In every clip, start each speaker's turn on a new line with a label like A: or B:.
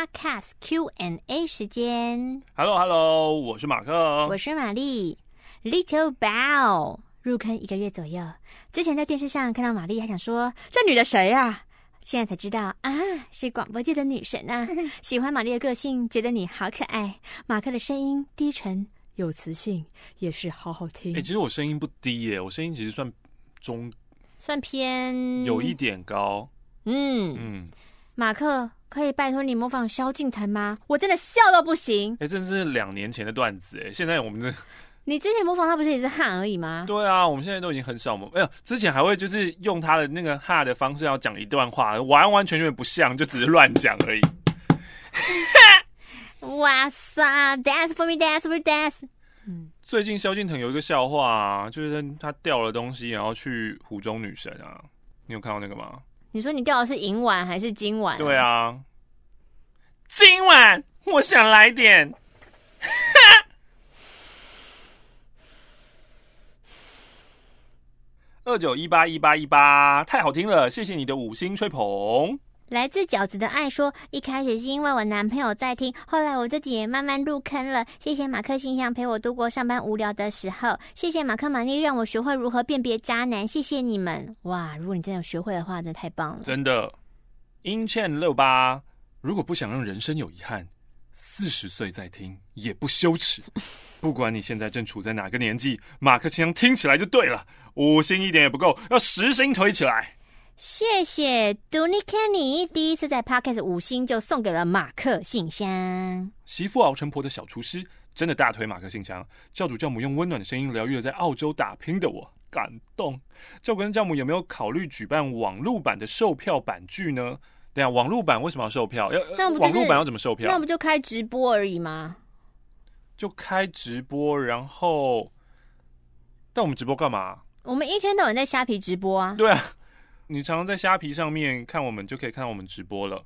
A: Podcast Q&A 时间，
B: Hello Hello，我是马克。
A: 我是玛丽。Little Bell 入坑一个月左右，之前在电视上看到玛丽，还想说这女的谁啊？现在才知道啊，是广播界的女神 啊！喜欢玛丽的个性，觉得你好可爱。马克的声音低沉有磁性，也是好好听
B: 哎、其实我声音不低耶、我声音其实算中，
A: 算偏
B: 有一点高。
A: 嗯
B: 嗯，
A: 马克，可以拜托你模仿萧敬腾吗？我真的笑到不行。
B: 哎、这是两年前的段子哎、现在我们这
A: 你之前模仿他不是也是喊而已吗？
B: 对啊，我们现在都已经很少模，没有之前还会就是用他的那个哈的方式要讲一段话，完完全全不像，就只是乱讲 而已。
A: 哇塞，dance for me, dance for me, dance。
B: 最近萧敬腾有一个笑话、啊，就是他掉了东西，然后去湖中女神啊，你有看到那个吗？
A: 你说你掉的是银碗还是金碗、
B: 对，啊，今晚我想来点。 二九一八一八一八，太好听了，谢谢你的五星吹捧。
A: 来自饺子的爱说，一开始是因为我男朋友在听，后来我自己也慢慢入坑了。谢谢马克信箱陪我度过上班无聊的时候，谢谢马克玛丽让我学会如何辨别渣男，谢谢你们！哇，如果你真的有学会的话，真的太棒了。
B: 真的。英倩六八，如果不想让人生有遗憾，四十岁再听也不羞 耻。不管你现在正处在哪个年纪，马克清听起来就对了。五星一点也不够，要十星推起来。
A: 谢谢 d u n i Kenny 第一次在 Podcast 五星就送给了马克信箱。
B: 媳妇熬成婆的小厨师，真的大推马克信箱。教主教母用温暖的声音疗愈了在澳洲打拼的我，感动。教主跟教母有没有考虑举办网路版的售票版剧呢？等一下，网路版为什么要售票？要呃
A: 那不就是
B: 网路版要怎么售票？
A: 那不就开直播而已吗？
B: 就开直播，然后，但我们直播干嘛？
A: 我们一天到晚在虾皮直播啊。
B: 对啊，你常常在虾皮上面看我们，就可以看到我们直播了。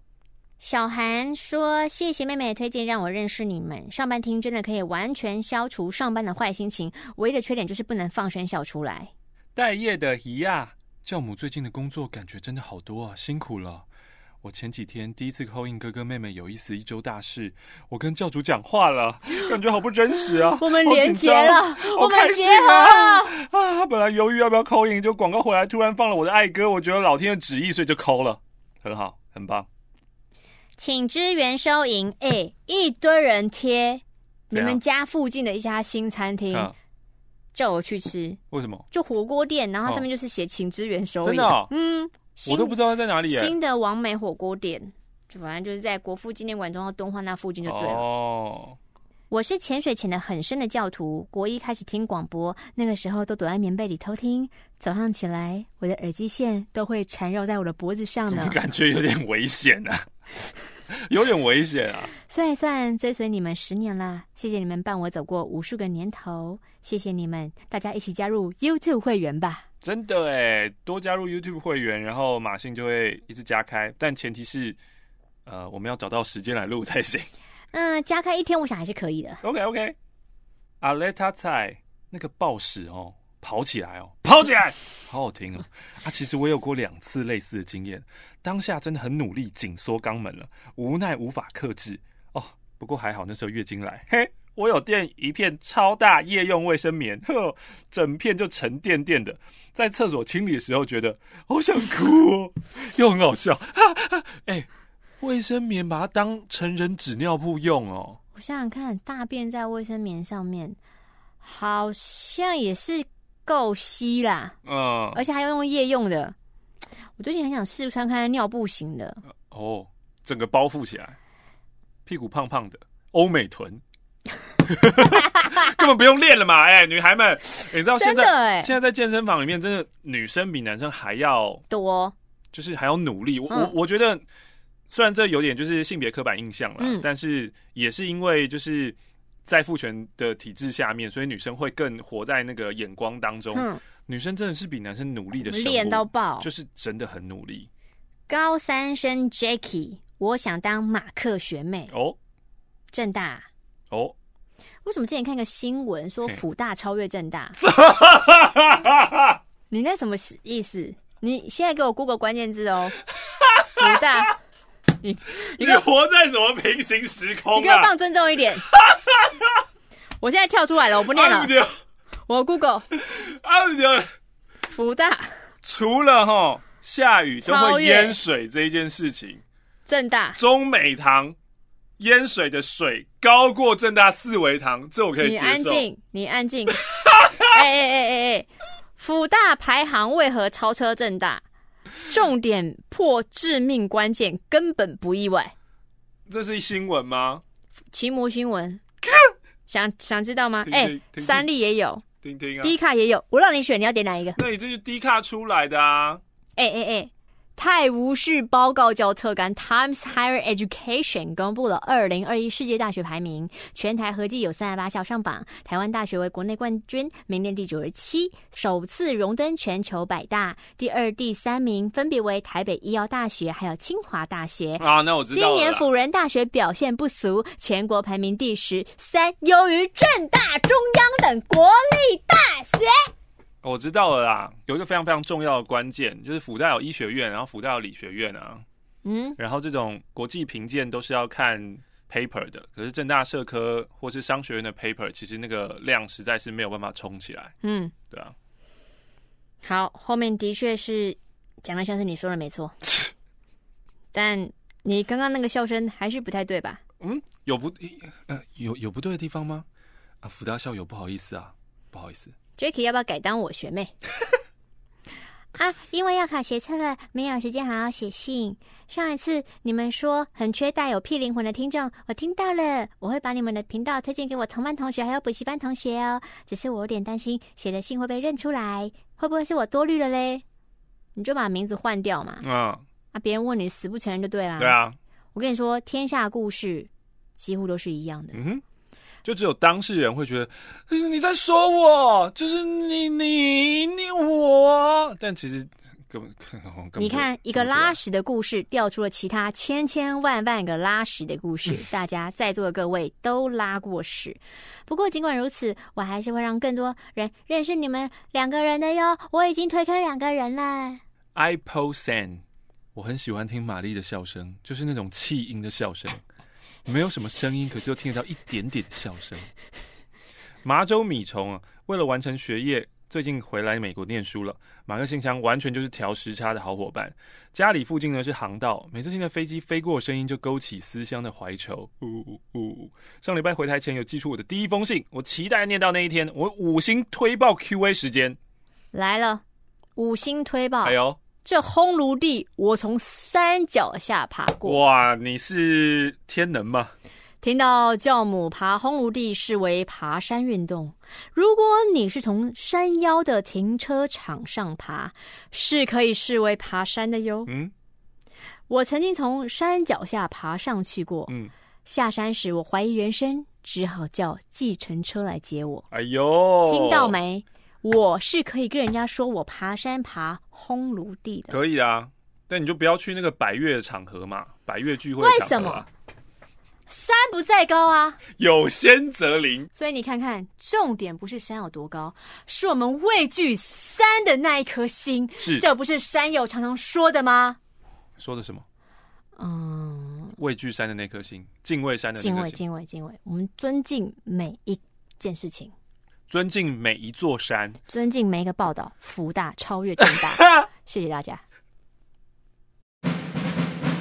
A: 小韩说：“谢谢妹妹的推荐，让我认识你们。上班听真的可以完全消除上班的坏心情，唯一的缺点就是不能放声笑出来。
B: 待业的啊怡亚，教母最近的工作感觉真的好多啊，辛苦了。我前几天第一次扣印哥哥妹妹有意思一周大事，我跟教主讲话了，感觉好不真实啊！
A: 我们
B: 好
A: 连
B: 紧
A: 结
B: 张
A: 了，我
B: 好
A: 们
B: 开
A: 结
B: 心
A: 合
B: 啊
A: 了。
B: 啊！本来犹豫要不要扣印，就广告回来突然放了我的爱歌，我觉得老天的旨意，所以就扣了，很好，很棒。
A: 请支援收银。哎、一堆人贴哎你
B: 怎样
A: 们家附近的一家新餐厅，
B: 啊，
A: 叫我去吃，
B: 为什么？
A: 就火锅店，然后它上
B: 哦
A: 面就是写请支援收银。
B: 真的哦
A: 嗯，
B: 我
A: 新
B: 都不知道他在哪里耶、
A: 新的王美火锅店，就反正就是在国父纪念馆中和敦化那附近就对了。
B: 哦，
A: 我是潜水潜的很深的教徒，国一开始听广播，那个时候都躲在棉被里偷听。早上起来，我的耳机线都会缠绕在我的脖子上
B: 怎么
A: 呢。
B: 感觉有点危险 呢、啊？有点危险啊！
A: 算一算，追随你们十年啦，谢谢你们伴我走过无数个年头，谢谢你们，大家一起加入 YouTube 会员吧。
B: 真的哎，多加入 YouTube 会员，然后马信就会一直加开，但前提是，呃，我们要找到时间来录才行。
A: 嗯，加开一天，我想还是可以的。
B: OK OK，阿雷塔菜那个暴屎哦，跑起来哦，跑起来，好好听哦。啊，其实我有过两次类似的经验，当下真的很努力紧缩肛门了，无奈无法克制哦。不过还好那时候月经来，嘿，我有垫一片超大夜用卫生棉，呵，整片就沉甸甸的。在厕所清理的时候，觉得好想哭哦，又很好笑。哈哈哎、卫生棉把它当成人纸尿布用哦。
A: 我想想看，大便在卫生棉上面，好像也是够稀啦。
B: 嗯，
A: 而且还要用夜用的。我最近很想试穿看尿布型的，
B: 哦，整个包覆起来，屁股胖胖的，欧美臀， 根本不用练了嘛！哎、女孩们，你知道
A: 真
B: 现
A: 的
B: 在
A: 哎、
B: 现在在健身房里面，真的女生比男生还要，
A: 多
B: 就是还要努力。我、
A: 嗯
B: 我我觉得，虽然这有点就是性别刻板印象了，
A: 嗯
B: 但是也是因为就是。在父权的体制下面，所以女生会更活在那个眼光当中。
A: 嗯，
B: 女生真的是比男生努力的生物，
A: 练到爆。
B: 就是真的很努力
A: 高三生 Jacky，我想当马克学妹，
B: 哦
A: 正大。
B: 哦。
A: 为什么之前看个新闻说
B: 嘿
A: 辅大超越正大？你 那什么意思？你现在给我 Google 关键字哦，辅大你
B: 你活在什么平行时空
A: 你给我
B: 啊
A: 放？尊重一 点。我现在跳出来了，我不念
B: 啊
A: 了
B: 不。对，
A: 我 Google
B: 啊不对，
A: 福大、
B: 除了哈下雨就
A: 超
B: 会
A: 越
B: 淹水这一件事情，
A: 正大，
B: 中美堂淹水的水高过正大四维堂，这我可以
A: 你
B: 接
A: 安
B: 受。
A: 静，你安 静。哎哎哎哎哎，福大排行为何超车正大？重点破致命关键，根本不意外。
B: 这是新闻吗？
A: 奇摩新闻，想想知道吗？
B: 听听
A: 哎
B: 听，听
A: 三立也有，
B: 听听啊，
A: 低卡也有，我让你选，你要点哪一个？
B: 那你这是低卡出来的啊。
A: 哎哎哎，泰晤士报告教特刊《Times Higher Education》公布了二零二一世界大学排名，全台合计有三十八校上榜，台湾大学为国内冠军，名列第九十七，首次荣登全球百大。第二、第三名分别为台北医药大学还有清华大学。
B: 啊，那我知道
A: 今
B: 了啦。
A: 年辅仁大学表现不俗，全国排名第十三，优于正大、中央等国立大学。
B: 我知道了啦，有一个非常非常重要的关键，就是辅大有医学院，然后辅大有理学院啊，
A: 嗯，
B: 然后这种国际评鉴都是要看 paper 的，可是正大社科或是商学院的 paper，其实那个量实在是没有办法冲起来，
A: 嗯，
B: 对啊，
A: 好，后面的确是讲的像是你说的没错，但你刚刚那个笑声还是不太对吧？
B: 有不呃有有不对的地方吗？啊，辅大校友不好意思啊，不好意思，
A: Jacky 要不要改当我学妹？啊，因为要考学测了，没有时间好好写信。上一次你们说很缺带有屁灵魂的听众，我听到了，我会把你们的频道推荐给我同班同学还有补习班同学哦。只是我有点担心写的信会被认出来，会不会是我多虑了嘞？你就把名字换掉嘛，
B: 嗯，
A: 啊，别人问你死不承认就对啦。
B: 对啊，
A: 我跟你说，天下故事几乎都是一样的。
B: 嗯哼。就只有当事人会觉得呃你在说我，就是你你你我，但其实根本 根本根本
A: 你看
B: 就，
A: 一个
B: 根本就
A: 拉屎的故事调出了其他千千万万个拉屎的故
B: 嗯
A: 事，大家在座的各位都拉过屎。不过尽管如此，我还是会让更多人认识你们两个人的哟。我已经推坑两个人了。
B: Apple San，我很喜欢听玛丽的笑声，就是那种气音的笑声，没有什么声音，可是又听得到一点点的笑声。麻州米虫啊，为了完成学业，最近回来美国念书了。马克信箱完全就是调时差的好伙伴。家里附近呢是航道，每次听到飞机飞过的声音，就勾起思乡的怀愁。呜呜呜！上礼拜回台前有寄出我的第一封信，我期待念到那一天。我五星推爆 Q&A 时间，
A: 来了，五星推爆！
B: 哎呦！
A: 这烘炉地，我从山脚下爬过。
B: 哇，你是天能吗？
A: 听到教母爬烘炉地视为爬山运动。如果你是从山腰的停车场上爬，是可以视为爬山的哟。
B: 嗯
A: 我曾经从山脚下爬上去过，
B: 嗯，
A: 下山时我怀疑人生，只好叫计程车来接我。
B: 哎呦，
A: 听到？没？我是可以跟人家说我爬山爬烘炉地的。
B: 可以啊，但你就不要去那个百越场合嘛，百越聚会、啊
A: 为什么？山不在高啊，
B: 有仙则灵，
A: 所以你看看，重点不是山有多高，是我们畏惧山的那一颗心。
B: 是
A: 这不是山友常常说的吗？
B: 说的什么？
A: 嗯，
B: 畏惧山的那颗心，敬畏山的
A: 敬
B: 那颗
A: 畏，
B: 心，
A: 敬畏，敬畏。我们尊敬每一件事情，
B: 尊敬每一座山。
A: 尊敬每一个报道，福大超越正 大。谢谢大家。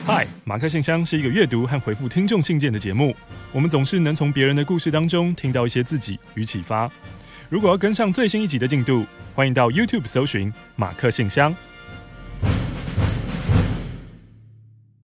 B: 嗨，马克信箱是一个阅读和回复听众信件的节目。我们总是能从别人的故事当中听到一些自己与启发。如果要跟上最新一集的进度，欢迎到 YouTube 搜寻“马克信箱”，